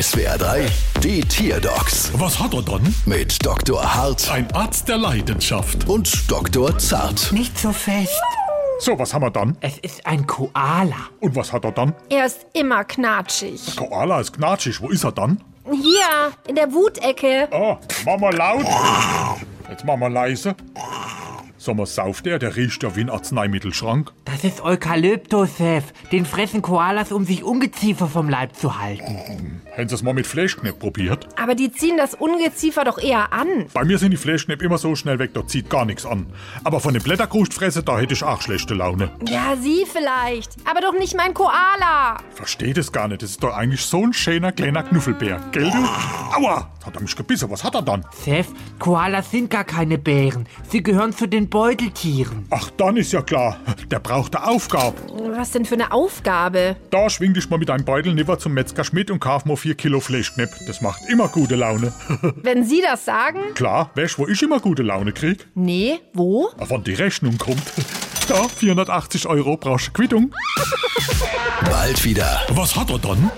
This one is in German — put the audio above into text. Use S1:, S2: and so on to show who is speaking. S1: SWR 3, die Tierdocs
S2: Was hat er dann?
S1: mit Dr. Hart
S2: Ein Arzt der Leidenschaft.
S1: und Dr. Zart.
S3: Nicht so fest.
S2: So, was haben wir dann?
S3: Es ist ein Koala.
S2: Und was hat er dann?
S4: Er ist immer knatschig.
S2: Koala ist knatschig, wo ist er dann?
S4: Hier, in der Wutecke.
S2: Oh, mach mal laut. Jetzt mach mal leise. Sag mal, sauft der? Der riecht ja wie ein Arzneimittelschrank.
S3: Das ist Eukalyptus, Chef. Den fressen Koalas, um sich Ungeziefer vom Leib zu halten.
S2: Hätten sie es mal mit Fleischknepp probiert?
S4: Aber die ziehen das Ungeziefer doch eher an.
S2: Bei mir sind die Fleischknepp immer so schnell weg, da zieht gar nichts an. Aber von den Blätterkrustfresse, da hätte ich auch schlechte Laune.
S4: Ja, sie vielleicht. Aber doch nicht mein Koala.
S2: Versteht es gar nicht, das ist doch eigentlich so ein schöner kleiner Knuffelbär, gell du? Aua, jetzt hat er mich gebissen, was hat er dann?
S3: Chef, Koalas sind gar keine Bären. Sie gehören zu den Beuteltieren.
S2: Ach, dann ist ja klar, der braucht eine Aufgabe.
S4: Was denn für eine Aufgabe?
S2: Da schwing dich mal mit deinem Beutel niver zum Metzger Schmidt und kauf mal 4 Kilo Fleischknepp. Das macht immer gute Laune.
S4: Wenn Sie das sagen?
S2: Klar, weißt wo ich immer gute Laune krieg?
S4: Nee, wo?
S2: Wann die Rechnung kommt. Da, 480 Euro brauchst du Quittung.
S1: Bald wieder.
S2: Was hat er dann?